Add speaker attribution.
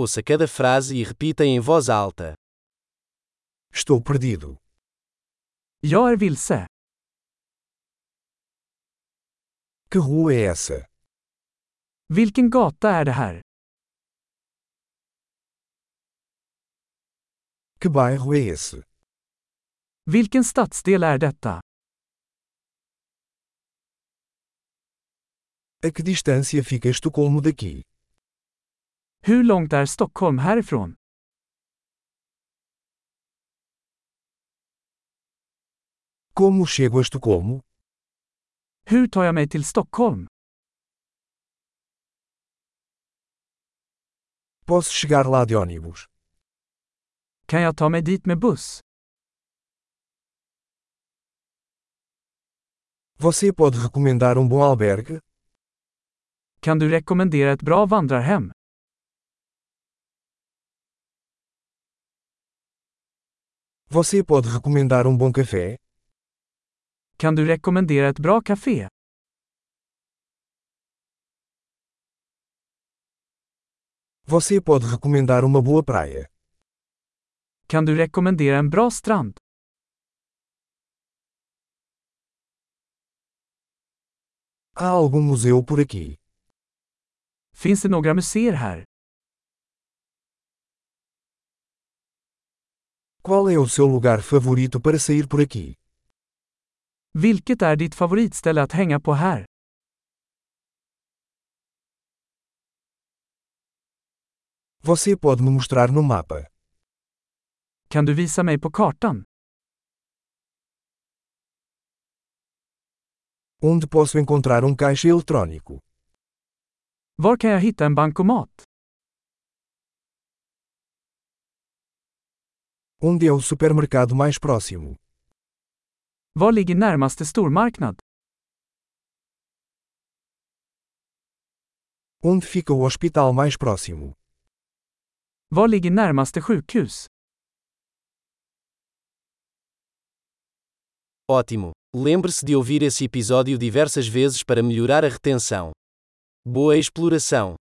Speaker 1: Ouça cada frase e repita em voz alta.
Speaker 2: Estou perdido.
Speaker 3: Jag är vilse.
Speaker 2: Que rua é essa?
Speaker 3: Vilken gata är det här?
Speaker 2: Que bairro é esse?
Speaker 3: Vilken stadsdel är detta?
Speaker 2: A que distância fica Estocolmo daqui?
Speaker 3: Hur långt är Stockholm härifrån?
Speaker 2: Como chego a Estocolmo?
Speaker 3: Hur tar jag mig till Stockholm?
Speaker 2: Posso chegar lá de ônibus?
Speaker 3: Kan jag ta mig dit med buss?
Speaker 2: Você pode recomendar um bom albergue?
Speaker 3: Kan du rekommendera ett bra vandrarhem?
Speaker 2: Você pode recomendar um bom café?
Speaker 3: Kan du rekommendera ett bra café?
Speaker 2: Você pode recomendar uma boa praia?
Speaker 3: Kan du rekommendera en bra strand?
Speaker 2: Há algum museu por aqui?
Speaker 3: Finns det några museer här?
Speaker 2: Qual é o seu lugar favorito para sair por aqui?
Speaker 3: Vilket är ditt favoritställe att hänga på här?
Speaker 2: Você pode me mostrar no mapa.
Speaker 3: Kan du visa mig på kartan?
Speaker 2: Onde posso encontrar um caixa eletrônico?
Speaker 3: Var kan jag hitta en bankomat?
Speaker 2: Onde é o supermercado mais próximo?
Speaker 3: Var ligger närmaste stormarknad?
Speaker 2: Onde fica o hospital mais próximo?
Speaker 3: Var ligger närmaste sjukhus?
Speaker 1: Ótimo! Lembre-se de ouvir esse episódio diversas vezes para melhorar a retenção. Boa exploração!